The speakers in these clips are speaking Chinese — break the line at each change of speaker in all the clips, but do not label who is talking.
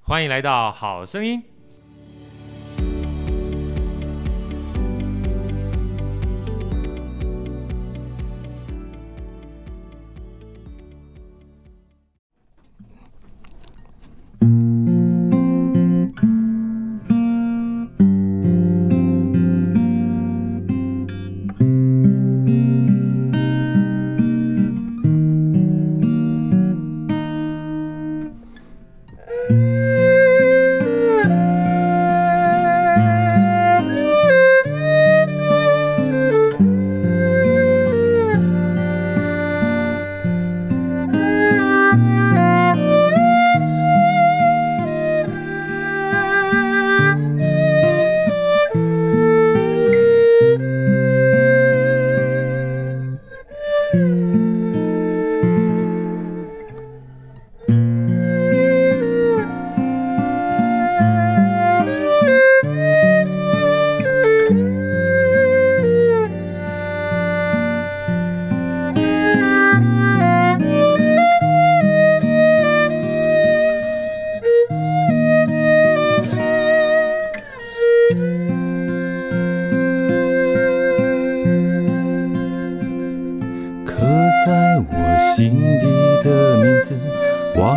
欢迎来到《好声音》。
刻在我心底的名字，忘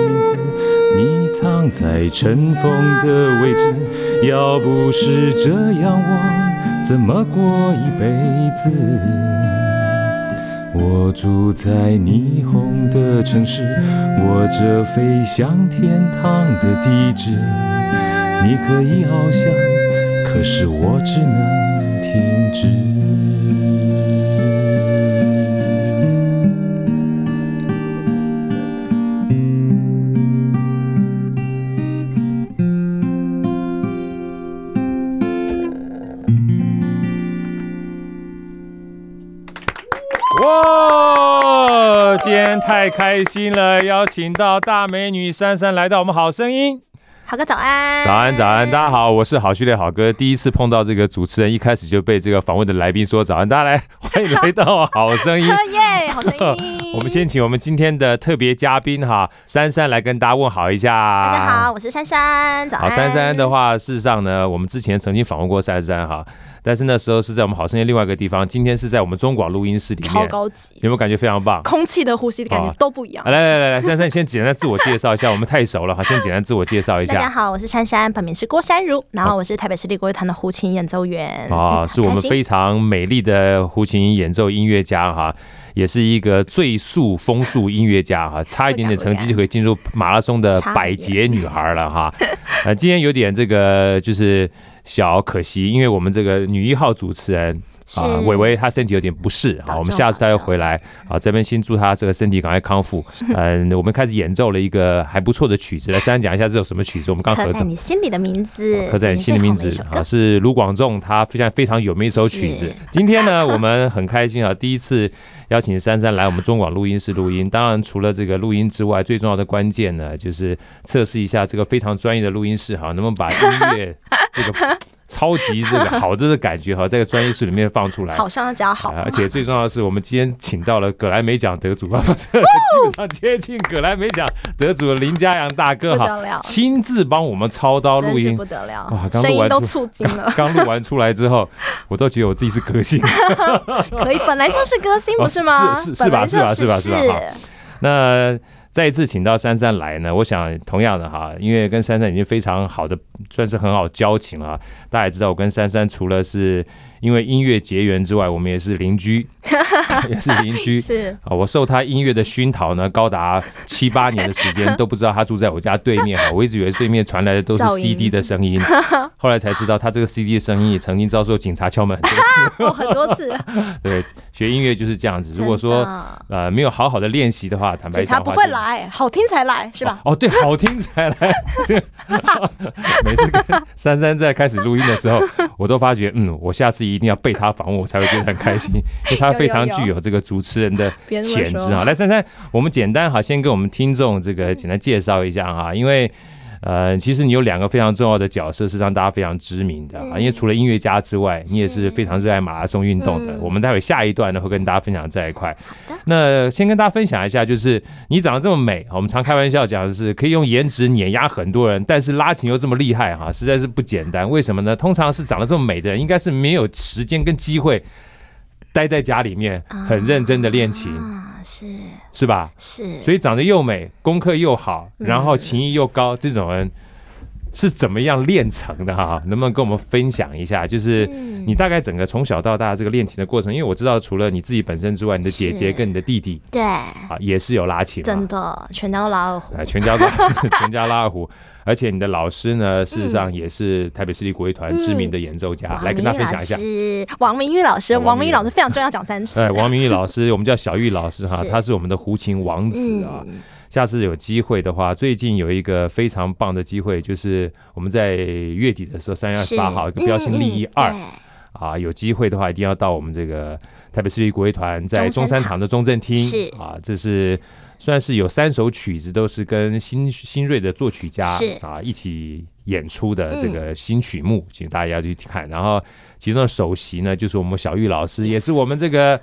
名字，你藏在尘封的位置。要不是这样，我怎么过一辈子？我住在霓虹的城市，我这飞向天堂的地址。你可以翱翔，可是我只能停止。
哇，今天太开心了！邀请到大美女珊珊来到我们《好声音》。
好哥早安，
早安，早安，大家好，我是好序列好哥。第一次碰到这个主持人，一开始就被这个访问的来宾说早安，大家来欢迎来到《好声 音》。
耶，好声音。
我们先请我们今天的特别嘉宾哈珊珊来跟大家问好一下。
大家好，我是珊珊，早安。
好，珊珊的话，事实上呢，我们之前曾经访问过珊珊哈，但是那时候是在我们好声音另外一个地方，今天是在我们中广录音室里
超
面，
高级，
有没有感觉非常棒？
空气的呼吸的感觉
啊
都不一样
啊、。来来来来，珊珊先简单自我介绍一下，我们太熟了哈，先简单自我介绍一
大家
下。
好，我是珊珊，本名是郭珊如，然后我是台北市立国乐团的胡琴演奏员。
啊，
嗯
是我们
开心
非常美丽的胡琴演奏音乐家哈，也是一个最速风速音乐家哈，差一点点成绩就可以进入马拉松的百杰女孩了哈。 呃，今天有点这个就是小可惜，因为我们这个女一号主持人。啊，
是
伟伟她身体有点不适啊，
重
我们下次她
保
要
重
回来啊，这边先祝她这个身体赶快康复。嗯，我们开始演奏了一个还不错的曲子，来，珊珊讲一下这首什么曲子？我们刚合
刻
奏
在。你心里的名字，
刻在你心里名字
最好的一首
啊，
歌
是卢广仲他非常非常有名的一首曲子
是。
今天呢， 我们很开心啊，第一次邀请珊珊来我们中广录音室录音。当然，除了这个录音之外，最重要的关键呢，就是测试一下这个非常专业的录音室哈，能不能把音乐这个 超级这个好的感觉哈，在这个专业室里面放出来。
好像要讲好
啊，而且最重要的是，我们今天请到了葛莱美奖得主，啊 不是，基
哦
本上接近葛莱美奖得主的林嘉阳大哥
不
哈，
得了，
亲自帮我们操刀录
真是
音
不。得了
哇，刚
声
录完
音都
出，
促进了
刚录完出来之后，我都觉得我自己是歌星。
可以，本来就是歌星，
哦
不吗？
是是是
本
吧
来
是吧
就是
吧是吧好 那再一次请到珊珊来呢，我想同样的哈，因为跟珊珊已经非常好的，算是很好交情了啊。大家也知道，我跟珊珊除了是因为音乐结缘之外，我们也是 邻居， 也是邻居。
是
啊，我受他音乐的熏陶呢，高达七八年的时间都不知道他住在我家对面啊哈，我一直以为对面传来的都是
噪音
CD 的 声音，后来才知道他这个 CD 的声音也曾经遭受警察敲门很多次。
哦
我很多次，
对，学音乐就是这样子。如果说
真的
呃没有好好的练习的话，坦白
警
讲
察
的
不
话，
会
就
来，好听才来，是吧？
哦，哦对，好听才来。 这个每次跟珊珊在开始录音的时候，我都发觉，嗯，我下次一定要被她访问，我才会觉得很开心，因为她非常具有这个主持人的
别这么
潜质
说
啊。来，珊珊，我们简单哈，先跟我们听众这个简单介绍一下哈，因为。呃，其实你有两个非常重要的角色是让大家非常知名的啊，因为除了音乐家之外，你也是非常热爱马拉松运动的。我们待会下一段呢会跟大家分享这一块。那先跟大家分享一下，就是你长得这么美，我们常开玩笑讲的是可以用颜值碾压很多人，但是拉琴又这么厉害哈，实在是不简单。为什么呢？ 通常是长得这么美的人，应该是没有时间跟机会待在家里面很认真的练琴，
啊，是
是吧？
是，
所以长得又美，功课又好，
嗯
然后琴艺又高，这种人是怎么样练成的哈、能不能跟我们分享一下？就是
嗯
你大概整个从小到大这个练琴的过程，因为我知道除了你自己本身之外，你的姐姐
是
跟你的弟弟
对，
啊也是有拉琴嘛，
真的全家都老二胡
啊，，全家都 全家拉二胡。而且你的老师呢，事实上
嗯
也是台北市立国乐团知名的演奏家，啊来跟大家分享一下。
下，
王明玉老师，
啊王
王
明
明
玉
玉老师非常重要，讲三次。
哎，王明玉老师，我们叫小玉老师哈，
是嗯
他是我们的胡琴王子啊。下次有机会的话，最近有一个非常棒的机会，就是我们在月底的时候，三月二十八号，一个标新立异二、
嗯嗯嗯
啊，有机会的话一定要到我们这个台北市立国乐团在中
中
山
山堂
堂的中正厅
是
啊，这是算是有三首曲子都是跟新新锐的作曲家
是嗯
啊一起演出的这个新曲目，请大家要去看。然后其中的首席呢，就是我们小玉老师，也是我们这个。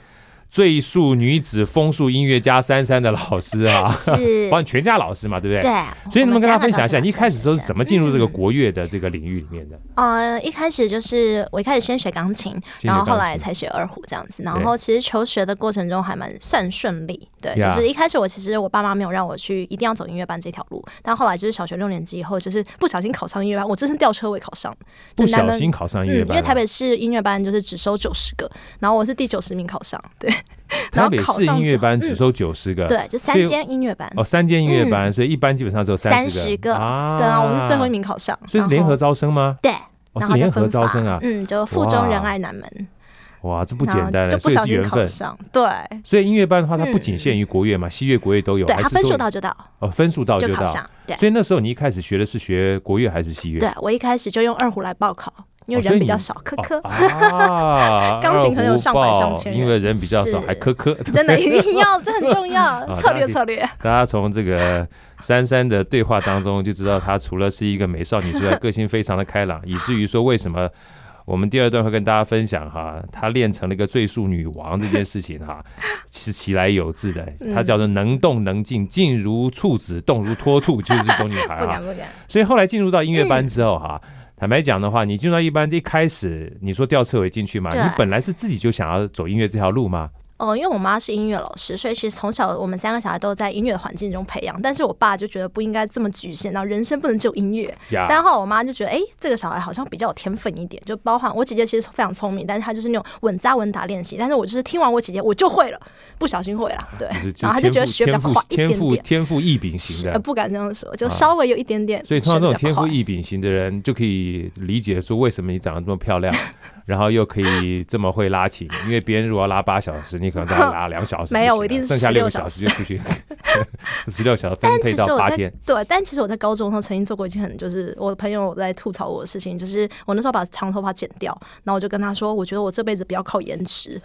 最速女子风速音乐家珊珊的老师啊，
对 是，
包括全家老师嘛，对 不对？
嗯对。
所以能不能跟大家
我
分
们三
享一
个
下，
都
你一开始的时候是
老师嗯
怎么进入这个嗯国乐的这个领域里面的？
呃，一开始就是我一开始先学钢琴，
学
然后后
钢
来
琴
才学二胡这样子。然后其实求学的过程中还蛮算顺利，对，就
呀
是一开始我其实我爸妈没有让我去一定要走音乐班这条路，但后来就是小学六年级以后，就是不小心考上音乐班，我真是吊车尾考上，
不
就南
小
门
心考上音
嗯
乐，
因
班了，
为台北市音乐班就是只收九十个，然后我是第九十名考上，对，
台
然后
北
考
市
上
音乐
之后
班只
嗯
收九十个，
对，就
所
三
以
间音乐班，
哦，三间音乐班，所以一般基本上只有
30
个
个
啊
对啊，我是最后一，名考上，
所以是
然
联合
后
招生吗？
对。
哦，
然
是
后就
联合
分
招
发
生啊，
嗯，就附中
哇
仁爱南门，
哇，这不简
然后
单了，
就不
所以
小
是
心
缘
考
分。
上，对，
所以音乐班的话，它不仅限于国乐嘛，西乐、国乐都有，
对，
还
他
是
分
说
数到就到，
哦，分数到
就考
到。
上，对。
所以那时候你一开始学的是学国乐还是西乐？
对我一开始就用二胡来报考，因为
哦所以
人比较
你
少，科科、
啊，
钢琴可能有
二胡
上百上
报
千
因为人比较少，
是
还科科。
真 的一定要，这很重要
啊，
策略
大家可以
策略。
大家从这 个珊珊的对话当中就知道，她除了是一个美少女之外，个性非常的开 朗，以至于说为什么我们第二段会跟大家分享哈，她练成了一个最速女王这件事情 哈，是其来有自的，
嗯
她叫做能动能静，静如处子，动如脱兔，就是这种女孩
不
啊
敢。不敢，
所以后来进入到音乐班之后哈。坦白讲的话，你进入到一班一开始，你说吊车尾进去嘛，
对
你本来是自己就想要走音乐这条路吗？
哦，因为我妈是音乐老师，所以其实从小我们三个小孩都在音乐的环境中培养。但是我爸就觉得不应该这么局限，然后人生不能只有音乐。
呀
但后来我妈就觉得，哎、这个小孩好像比较有天分一点，就包含我姐姐其实非常聪明，但是她就是那种稳扎稳打练习。但是我就是听完我姐姐，我就会了，不
嗯
小心会了，对。
就是就
然后她就觉得学比较
天赋
快一
天
点
赋
点，
天赋异禀型的
呃，，不敢这样说，
啊
就稍微有一点点。
所以通常这种天赋
异，
异禀型的人，就可以理解说为什么你长得这么漂亮，然后又可以这么会拉琴，因为别人如果要拉八小时，你可能只要拉两小时就行了，
没有我一定是
剩下六个
16
小
小
时就出去，十六小时分
但
配
其实
到
我
八
在
天，
对，但其实我在高中的时候曾经做过一件很，就是我的朋友在吐槽我的事情，就是我那时候把长头发剪掉，然后我就跟他说，我觉得我这辈子不要靠颜 值，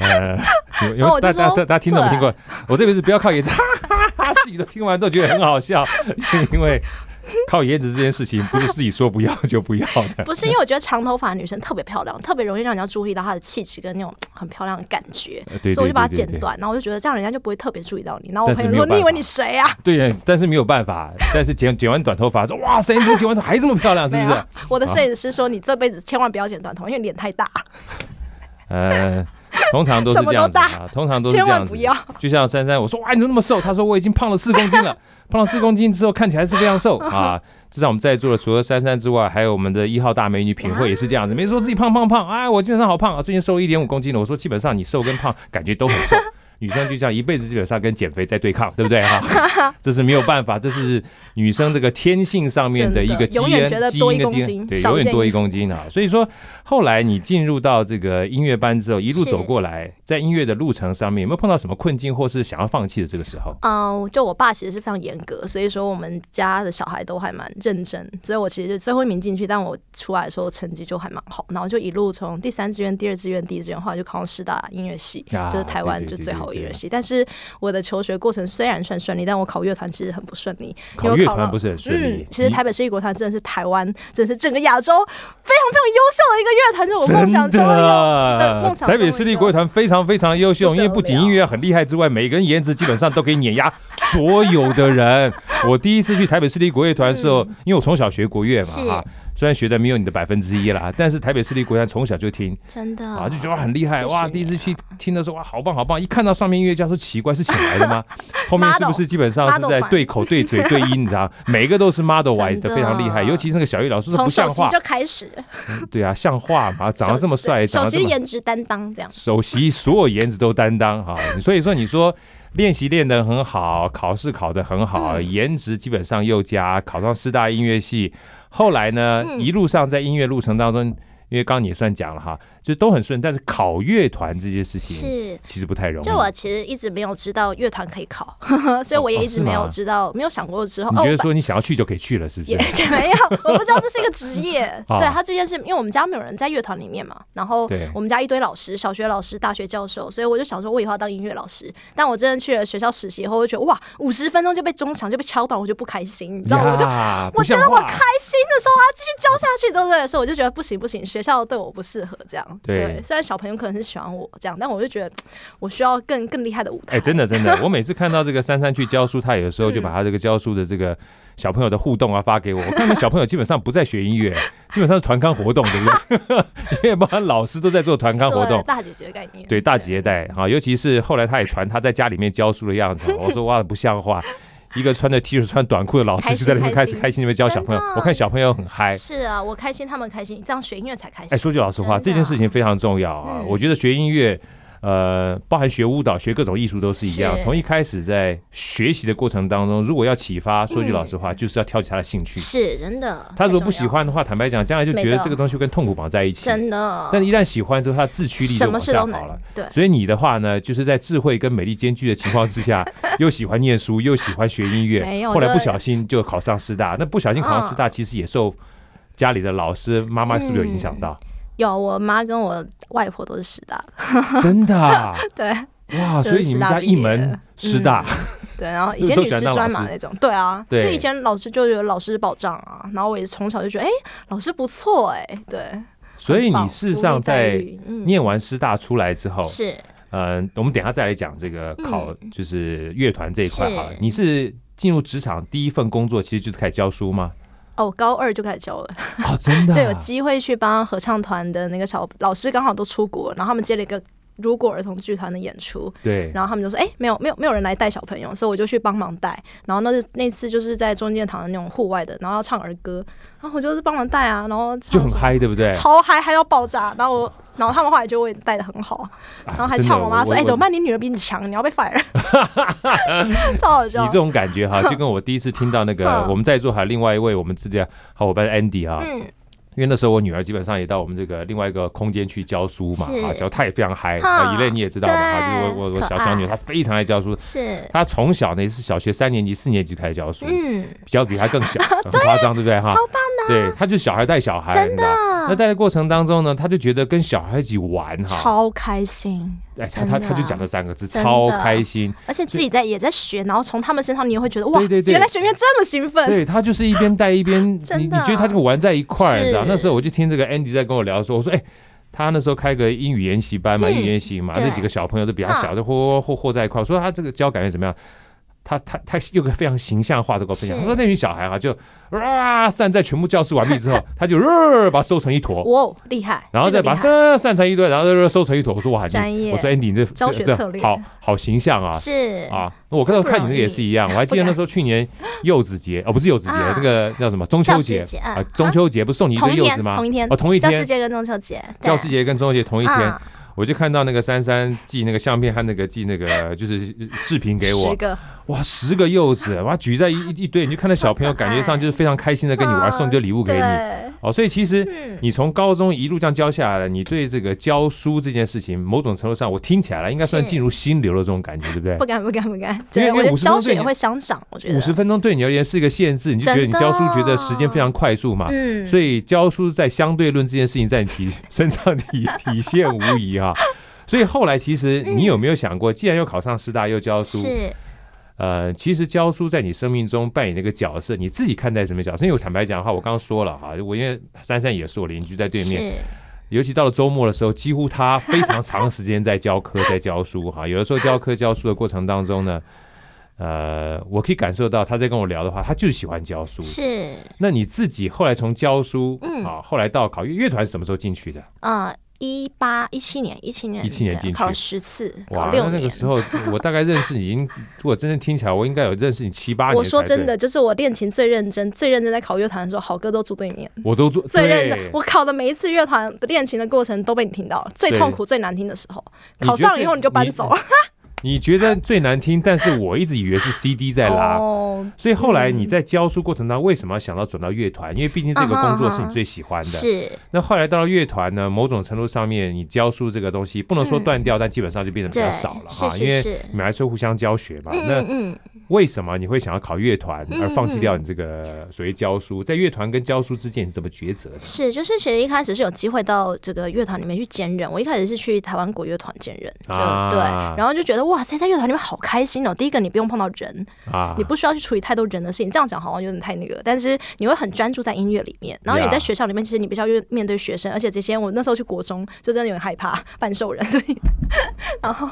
呃，因为因
然后
为
我
大
就
家
说
大大家听懂没听过？我这辈子不要靠颜值，哈哈哈自己都听完都觉得很好笑，因为靠颜值这件事情不是自己说不要就不要的，
不是因为我觉得长头发的女生特别漂亮，特别容易让人家注意到她的气质跟那种很漂亮的感觉。
呃对
所以
对对
我就把它
对
剪
对。
短，然后我就觉得这样人家就不会特别注意到你。然后我
但是
朋
没
友
有
说：“
办
你以为
法
你谁啊
对，但是没有办法，但是剪剪完短头发说哇，谁从剪完头发还这么漂亮，？”是
没
不
有
是
啊？，我的摄影师说：“你这辈子千万不要剪短头，因为脸太大。
呃，通常都是这样子
什
啊，通常都是这
千
样
万
子。
不要
就像珊珊，我说哇，你怎么那么瘦？她说我已经胖了四公斤了，胖了四公斤之后看起来是非常 瘦啊。就像我们在座的除了珊珊之外，还有我们的一号大美女品慧也是这样子，没说自己胖胖胖，哎，我基本上好胖啊，最近瘦了一点五公斤了。我说基本上你瘦跟胖感觉都很瘦。女生就像一辈子基本上跟减肥在对抗，对不对哈？ 这是没有办法，这是女生这个天性上面的一个基
真的永
因
远觉得
基
多一
因的
公
DNA
斤
对，
少
永远
见
多一
一
公斤啊。所以说，后来你进入到这个音乐班之后，一路
是
走过来，在音乐的路程上面有没有碰到什么困境，或是想要放弃的这个时候？
嗯，就我爸其实是非常严格，所以说我们家的小孩都还蛮认真，所以我其实最后一名进去，但我出来的时候成绩就还蛮好，然后就一路从第三志愿、第二志愿、第一志愿，后来就考上师大音乐系，
啊
就是台湾
对对
就
对
最好的
对
音乐
对
系。但是我的求学过程虽然算顺利，但我考乐团其实很不顺利，因
考
为我
乐
到
团不是很顺利
嗯，，其实
你
台北市立国团真的是台湾，真的是整个亚洲非常非常优秀的一个乐团，就是我梦想中
真
的。
的
对梦想中
啊台北市立国乐团非常非常优秀，
不
因
得
为不仅音乐很厉害之外，每个人颜值基本上都可以碾压所有的人。我第一次去台北市立国乐团的时候，
嗯
因为我从小学国乐嘛
是
哈，虽然学的没有你的百分之一啦，但是台北市立国乐团从小就听
真的
啊，就觉得哇很厉害
40
哇。
年
第一次去听的时候哇，好棒好棒！一看到上面音乐家说奇怪是请来的吗？后 面是不是基本上是
model
在
团
对口对嘴对音，你知道吗，每个都是 model wise
真
的，
的
非常厉害。尤其是那个小玉老师，这
从
不
首
像
席
话，
就开始，
对啊，像话嘛，长得这么帅，长
首
得这
席
么。
颜值担当这样。
首席所有颜值都担当哈， 所以说你说练习练得很好，考试考得很好，
嗯
颜值基本上又佳，考上师大音乐系。后来呢，
嗯
一路上在音乐路程当中，因为刚刚你也算讲了哈，就都很顺，但是考乐团这件事情
是
其实不太容易。
就我哦其实一直没有知道乐团可以考， 所以
哦
我也一直没有知道，没有想过之后
你
哦，
觉得
我
说你想要去就可以去了，是不是
也？ 也没有，我不知道这是一个职业。
啊
对他这件事，因为我们家没有人在乐团里面嘛，然后
对
我们家一堆老师，小学老师、大学教授，所以我就想说，我以后要当音乐老师。但我真的去了学校实习以后，我就觉得哇，五十分钟就被中场就被敲断，我就不开心，你知道吗？我就
呀
我
不
觉
像
得我
话。
开心的时候，我啊要继续教下去，对不对？所以我就觉得不行不行，学校对我不适合这样。
对
虽然小朋友可能是喜欢我这样，但我就觉得我需要更更厉害的舞台。
哎，真的真 的，我每次看到这个珊珊去教书，她有时候
嗯
就把她这个教书的这个小朋友的互动啊发给我。我看到小朋友基本上不在学音乐，基本上是团康活动，对不 对？因为包括老师都在做团康活
做
动。
大姐姐的概念。
对大姐带啊，尤其是后来她也传她在家里面教书的 样子，我说哇不像话，一个穿着 T 恤穿短裤的老师
开
就
心
在那边开始
开心
开心那边教小朋友
真，的
我看小朋友很嗨。
是啊，我开心，他们开心，这样学音乐才开心。
哎，说句老实
啊
真
话，
的
这件事情非常重要啊！
嗯
我觉得学音乐，呃，包含学舞蹈、学各种艺术都是一样。
是
从一开始在学习的过程当中，如果要启发，说句老实话，
嗯
就是要挑起他的兴趣。
是真的，
他如果不喜欢的话，坦白讲，将来就觉
没
得
的
这个东西跟痛苦绑在一起。
真的，
但一旦喜欢之后，他的自驱力就
什么
往
事
下
都
跑了
能。。对，
所以你的话呢，就是在智慧跟美丽兼具的情况之 下，又喜欢念书，又喜欢学音
没
乐，
有
后来不
这嗯
小心就考上师大。那不小心考上师大，其实也受家里的老师、妈妈是不是有影响到？
有我妈跟我外婆都是师大的，
真的啊、
对
哇，
就
所
是
以你
师
们
大
家
毕
一
业嗯
门
的
师大，
对，然后以
都都
前女
喜欢
师
当
专
老
嘛
师
那种，对啊，
对
就以前老师就有老师保障啊，然后我也是从小就觉得，哎，老师不错，哎，对，
所以你
保
事实
福
上
利待
在哦
遇嗯
念完师大出来之后，
是
嗯，我们等一下再来讲这个
嗯
考就是乐团这一块哈
是。
你是进入职场第一份工作其实就是开始教书 吗？
哦，高二就开始 教了，
哦，真的
就有
啊，
机会去帮合唱团的那个小老师，刚好都出国，然后他们接了一个如果儿童剧团的演出，
对，
然后他们就说，哎、没有没有没有人来带小朋友，所以我就去帮忙带。然后那是那次就是在中间堂的那种户外的，然后要唱儿歌，然后我就是帮忙带啊，然后唱
就很
什么
嗨，对不对？
超嗨嗨到爆炸。然后我，然后他们后来觉得我也带的很好，
然
然后还呛我妈说，哎、怎么？办？你女儿比你强，你要被 fire，超好
我
笑
你这。种感 觉哈，就跟我第一次听到那个
嗯
我们在座还有另外一位我们自己的好伙伴 Andy 啊，
嗯
因为那时候我女儿基本上也到我们这个另外一个空间去教书嘛，
是
啊，然后她也非常嗨，
哈
啊，一类你也知道嘛，啊，就是
对
我我我
可
小小女儿
爱
她非常爱教书，
是
她从小呢也是小学三年级、四年级开始教书，
嗯
比较比她更 小，很夸张，对不对哈？超棒的，对，她就小孩带小孩，你
真
知道。那
的
带的过程当中呢，她就觉得跟小孩一起玩哈，
超开心，
哎，她她
真的
她就讲这三个字，
真的
超开心。
而且自己在也在学，然后从他们身上你也会觉得哇，
对对对
原来学乐这么兴 奋，
对她就是一边带一边，
真
你你
啊
的
觉得她这个玩在一块儿，你知道？
是
那时候我就听这个 Andy 在跟我聊说，我说哎。他那时候开个英语研习班嘛，
嗯
英语研习嘛，
对
那几个小朋友都比较小，就和和和在一块儿。我说他这个教感觉怎么样？他他他有个非常形象化的跟我分享，
是
他说那群小孩啊，就啊散在全部教室完毕之后，他就呃把它收成一坨，
哇，厉害，
然后再
这个
把
厉害
它散成一堆，然后再收成一坨。我说哇，
专
你
业
我说 Andy 你这
教
这
学策
这
略
好好形象啊，
是
啊，我看到
这不容
看你那个也是一样，我还记得那时候去年柚子节，哦，不是柚子节，
啊
那个叫什么中秋节
教师节
啊，中秋节不是送你一堆柚子吗？
同一天同一天
哦，同一
教师
天，
节跟中秋节，
教师节跟中秋节同一天
啊，
我就看到那个珊珊寄那个相片和那个寄那个就是视频给
十
我，
个，
哇，十个柚子，哇，举在一一一堆，你就看到小朋友感觉上就是非常开心的跟你玩，
嗯
送一堆礼物给你。
对，
哦，所以其实
嗯，
你从高中一路这样教下来了，你对这个教书这件事情，某种程度上我听起来了，应该算
是
进入心流的这种感觉，对不对
不？敢不敢不敢，真的，
因为
我觉得
50
教
分对
学
你
也会相长，我觉得
五十分钟对你而言是一个限制，你就觉得你
真的
教书觉得时间非常快速嘛。
嗯，
所以教书在相对论这件事情在你体身上体 体现无疑啊。所以后来其实你有没有想过，既然又考上师大又教书，
嗯是
呃，其实教书在你生命中扮演那个角色，你自己看待什么角色？因为我坦白讲的话，我刚刚说了哈，我因为珊珊也是我邻居在对面，
是，
尤其到了周末的时候，几乎他非常长时间在教 课，在教书哈。有的时候教课教书的过程当中呢，呃，我可以感受到他在跟我聊的话，他就是喜欢教书。
是，
那你自己后来从教书，
嗯
啊，后来到考乐乐团是什么时候进去的？
呃，一八一七年，一七年，
17年进去
考了十次，考
哇，
六
那那
年
个。时候我大概认识你，已经如果真正听起来，我应该有认识你七八年。
我说真，的，就是我练琴最认真、最认真在考乐团的时候，好歌都住对面，
我都做
最认
对
真。我考的每一次乐团的练琴的过程都被你听到了，最
对
痛苦、最难听的时候，
你
考
觉得
上了以后你就搬走了。
你觉得最难听，但是我一直以为是 CD 在拉，
哦，
所以后来你在教书过程当中，为什么要想到转到乐团？因为毕竟这
啊
个工作是你最喜欢的。
是，
那后来到了乐团呢，某种程度上面，你教书这个东西不能说
嗯
断掉，但基本上就变得比较
对
少了
是
哈，
是
因为
是
你们还是会互相教学嘛。那
嗯嗯，
为什么你会想要考乐团，
嗯
而放弃掉你这个所谓教书？在乐团跟教书之间，你怎么抉择的？
是，就是其实一开始是有机会到这个乐团里面去兼任，我一开始是去台湾国乐团兼任，就、
啊
对，然后就觉得哇塞，在乐团里面好开心哦。第一个你不用碰到人，
啊
你，不需要去处理太多人的事情，这样讲好像有点太那个，但是你会很专注在音乐里面。然后你
Yeah
在学校里面，其实你比较越面对学生，而且这些我那时候去国中就真的有点害怕半兽人，所以然后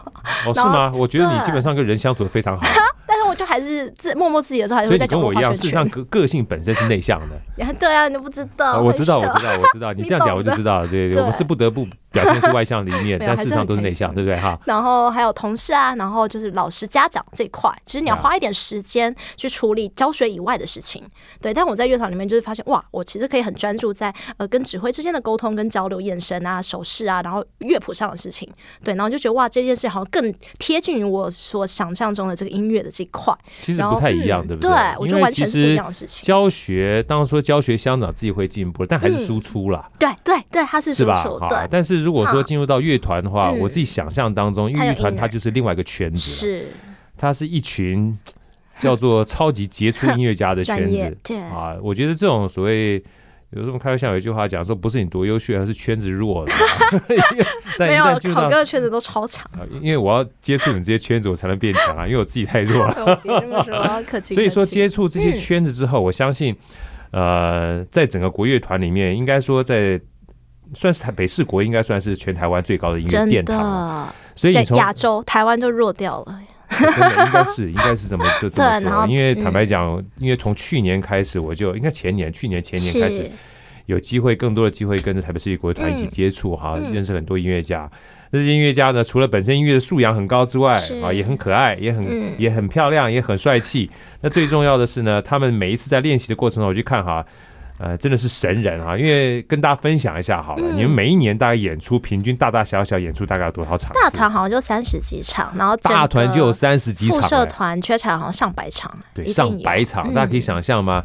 哦，是吗？我觉得你基本上跟人相处的非常 好，
但是我就还是自默默自己的时候，还是
所
会
以你
在角
跟
落
我一
画
样，
圈
事实
圈
上。个个性本身是内向 的。
然后对啊，你都不知道，
啊，我知道，
很
我
小
知道，我知 道，你
哦你
这样讲
懂
我就
的
知道了。对对，我们
对
是不得不表现出外向的一面，
没
但
有还
事实
是
上
很
都是
开
内
心
向，对不对哈？
然后还有同事啊，然后就是老师、家长这一块，其实你要
对啊
花
花
一
一
点
点
时间
时间去处理教学以外的事情。对，但我在乐团里面就是发现，哇，我其实可以很专注在呃跟指挥之间的沟通、跟交流、眼神啊、手势啊，然后乐谱上的事情。对，然后就觉得哇，这件事好像更贴近于我所想象中的这个音乐的这一块。
其实
然
不
后
太一样，
嗯
对不
对我
因为
觉得完
其
全是不一
实
样的事情。
教学，当然说教学乡长自己会进步，但还是
嗯
输出啦，
对对对，他是
是
叔
吧？
叔，
好
对，
但是如果说
啊
进入到乐团的话，
嗯
我自己想象当中，因为
还有
乐团
音
它
乐
就是另外一个圈子了，
是
它是一群 叫做超级杰出音乐 家的圈
专业
子
对，
啊。我觉得这种所谓。有时候我们开玩笑有一句话讲说，不是你多优秀，而是圈子弱的。 但一
没
旦
有
进入到
考歌的圈子都超强，
啊，因因为我要接触你这些圈子，我才能变强啊，因为我自己太弱了。
别 这么说，可亲。
所以说，
可亲
接触
嗯
这些圈子之后，我相信，呃，在整个国乐团里面，应该说在算是台北市国，应该算是全台湾最高的音乐殿
真
堂了。
的，
所以你
在
从
亚洲台湾就弱掉了。
真的应该是应该是这么就这么
对然后
说，因为
嗯
坦白讲，因为从去年开始，我就应该前年、去年、前年开始
是
有机会，更多的机会跟着台北市立国乐团一起
嗯
接触哈，
嗯
认识很多音乐家。那这些音乐家呢，除了本身音乐的素养很高之外
是，
啊，也很可爱，也很、
嗯
也很漂亮，也很帅气。那最重要的是呢，他们每一次在练习的过程中，我去看哈。呃，真的是神人啊！因为跟大家分享一下好了，
嗯
你们每一年大概演出平均大大小小演出大概有多少场次？
大团好像就三十几场，然后整
大团
个
就有三十几场、
副社
哎
团缺场好像上百场，
对，
一定
上
有嗯
百场，大家可以想象吗？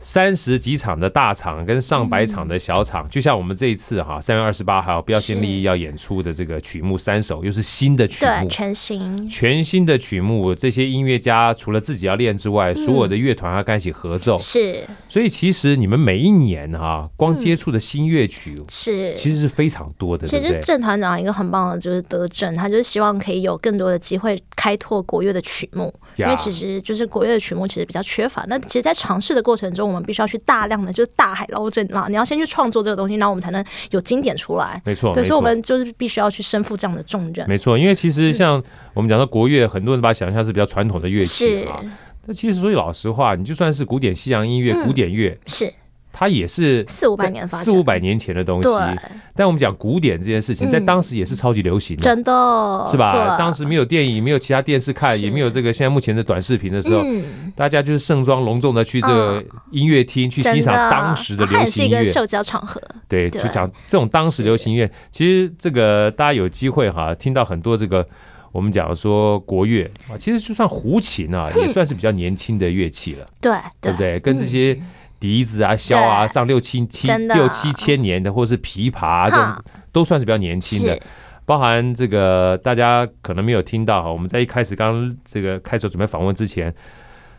三十几场的大场跟上
嗯
百场的小场，就像我们这一次哈，三月二十八号标新立异要演出的这个曲目三首，又是新的曲
对
目，
全新
全新的曲目，这些音乐家除了自己要练之外，所
嗯
有的乐团要跟一起合奏，
是
所以其实你们每一年
嗯
哈，光接触的新乐曲
是。
其实是非常多的，对
其
不
实
对？
郑团长一个很棒的就是德政，他就是希望可以有更多的机会开拓国乐的曲目，因为
呀
其实就是国乐的曲目其实比较缺乏。那其实，在尝试的过程中，我们必须要去大量的就是大海捞针嘛，你要先去创作这个东西，然后我们才能有经典出来。
没错，
对，
哦没
所以我
错。
们嗯就是必须要去身负这样的重任。
没错，因为其实像我们讲到国乐，很多人把它想象是比较传统的乐器
是
啊。那其实说句老实话，你就算是古典西洋音乐、古典乐，
是
它也是
嗯四五百年发展
四五百年前的东西。嗯
对，
但我们讲古典这件事情，在
嗯
当时也是超级流行的，
真的
是吧？
对
当时没有电影，没有其他电视看，
是
也没有这个现在目前的短视频的时候，
嗯，啊
大家就是盛装隆重的去这个音乐厅去欣
真啊
赏当时的
它
流
也是
行
一
音乐
个。社交场合，
对，就
对
讲这种当时流行音乐，其实这个大家有机会哈，听到很多这个我们讲说国乐啊，其实就算胡琴 啊，也算是比较年轻的乐器了，
对嗯
对不对？跟这些笛子啊、箫啊，
对
上六七七
真的
六七千年的，或者是琵琶啊这
哈
种，都算是比较年轻的
是。
包含这个大家可能没有听到哈，我们在一开始刚这个开始准备访问之前，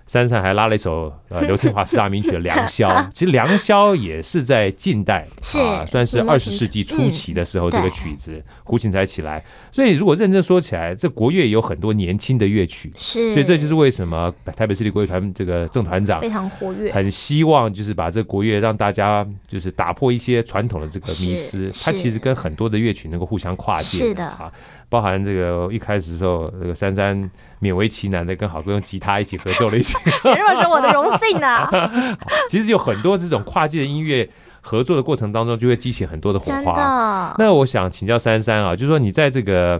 珊珊还拉了一首呃刘天华四大名曲的《良宵》， 其实《良宵》也是在近代
是
啊，算是
有没
二
有
十
听
世纪初期的时候
嗯
这个
对
曲子胡琴才起来，所以如果认真说起来，这国乐也有很多年轻的乐曲，
是，
所以这就是为什么台北市立国乐团这个郑团长
非常活跃，
很希望就是把这国乐让大家就是打破一些传统的这个迷思，
是
它其实跟很多的乐曲能够互相跨界
是的
啊，包含这个一开始的时候，这个珊珊勉为其难的跟好哥用吉他一起合奏了一 曲，
别这么说，我的荣幸啊，
其实有很多这种跨界的音乐合作的过程当中，就会激起很多的火
真
花。
的，
那我想请教珊珊啊，就是说你在这个。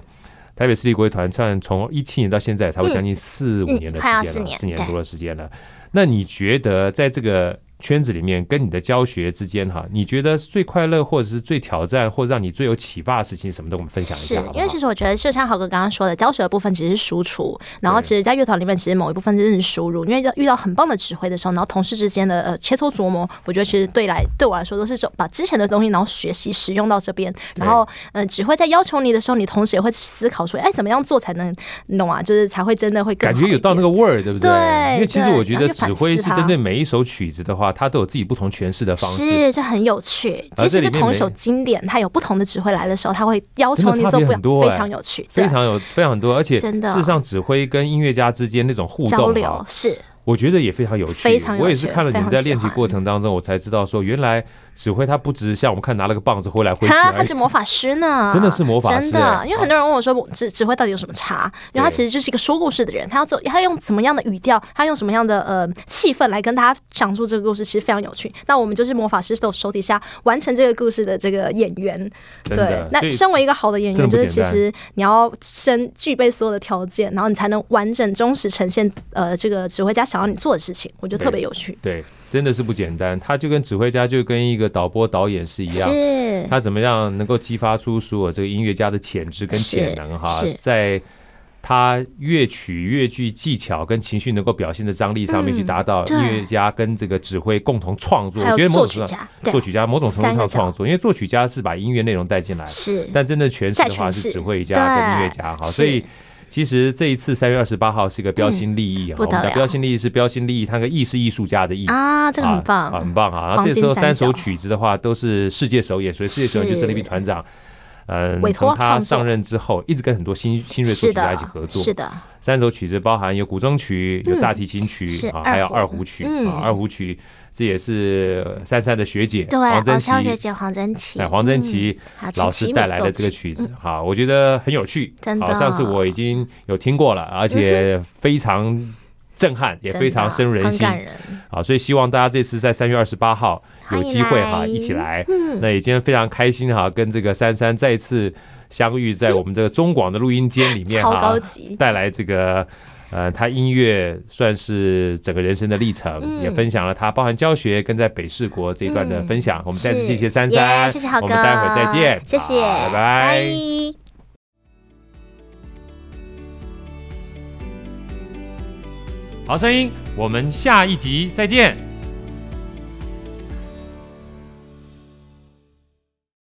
台北市立国乐团算从一七年到现在，才会将近四五
嗯
年的
快要
时
四
间了，
年
四、年
对
多的时间了。那你觉得在这个圈子里面，跟你的教学之间哈，你觉得最快乐，或者是最挑战，或者让你最有启发的事情，什么都我们分享一
是
下好不
因
好
为？其实我觉得，就像豪哥刚刚说的，教学的部分只是输出，然后
对
其实，在乐团里面，其实某一部分真是输入。因为要遇到很棒的指挥的时候，然后同事之间的呃切磋琢磨，我觉得其实对来对我来说都是种把之前的东西，然后学习使用到这边，然后呃，指挥在要求你的时候，你同时也会思考说，哎，怎么样做才能你懂啊？就是才会真的会更
感觉
好
有
一
到那
点
个味儿，对不对？
对
因为其实
对
我觉
然
得
后就
指
反
挥
思
是
它
针对每一首曲子的话，它都有自己不同诠释的方式。
是，这很有趣。
而这
即使
里
是
面
同一
没
首经典，它有不同的指挥来的时候，他会要
真的
求你
差
做
别
不
很多
非
哎
常有趣，
非
对
常有非常多，而且
真的
事实上，指挥跟音乐家之间那种互动
交
啊
流是
我觉得也非常有趣。
非常有趣
我也是看了你们在练习
非常喜欢
过程当中，我才知道说，原来指挥他不只是像我们看拿了个棒子挥来挥去哎
他
而
他
已
是。魔法师呢，
真的是魔法师
真的
哎，
因为很多人问我说我指指挥到底有什么差，因为他
对
其实就是一个说故事的人，他要做他用怎么样的语调，他用什么样的呃气氛来跟大家讲述这个故事，其实非常有趣。那我们就是魔法师手手底下完成这个故事的这个演员，
真
对
的，，所
那
以
身为一个好的演
真的
员，
不
就是其
简单
实你要身具备所有的条件，然后你才能完整忠实呈现呃这个指挥家想要你做的事情，我觉得特别有趣。
对，真的是不简单。他就跟指挥家，就跟一个导播、导演是一样。
是
他怎么样能够激发出所有这个音乐家的潜质跟
是
潜能哈
是，
在他乐曲、乐句技巧跟情绪能够表现的张力上面去达到
嗯对
音乐家跟这个指挥共同创作。
还
我觉得
有
某种
作曲
程度上，
家，对
作，曲家某种程度
三
上
个角
创作，因为作曲家是把音乐内容带进来，
是
但真的诠释的话
再诠
是
释
指挥家跟音乐家哈，
对
所以。其实这一次三月二十八号是一个标新立异啊，
嗯不
我
得了
们讲标新立异是标新立异，它个艺是艺术家的艺，
啊，这个很棒，
啊很棒啊！然后
黄
这
金
时候三
三角
首曲子的话都是世界首演，所以世界首演就是郑丽萍团长，嗯，
委托
从他
创作
上任之后，一直跟很多新新锐作
是
曲家
的
一起合，作
是。的，嗯
三首曲子包含有古筝曲、有大提琴曲
是
啊，
二胡
还有二胡曲
嗯
啊，二胡曲这也是珊珊的学姐
对，
黄
偶
真
像学
琪。
姐黄真琪，
哎，黄真琪
嗯
老师带来的这个，曲子，好，我觉得很有趣。
真的嗯
好，上次我已经有听过了，而且非常震撼，也
好
非常深入人
很
心。
感人，
好，所以希望大家这次在三月二十八号有机会哈，
欢迎来嗯
一起来。那也今天非常开心哈，跟这个珊珊再次相遇在我们这个中广的录音间里面
超
哈
高，级，
带来这个。呃，她音乐算是整个人生的历程，
嗯
也分享了她包含教学跟在北市国这一段的分享。我们再次谢谢珊珊，
耶谢谢好
我
哥，
们待会儿再见，
谢谢，
好拜
拜
好声音，我们下一集再见。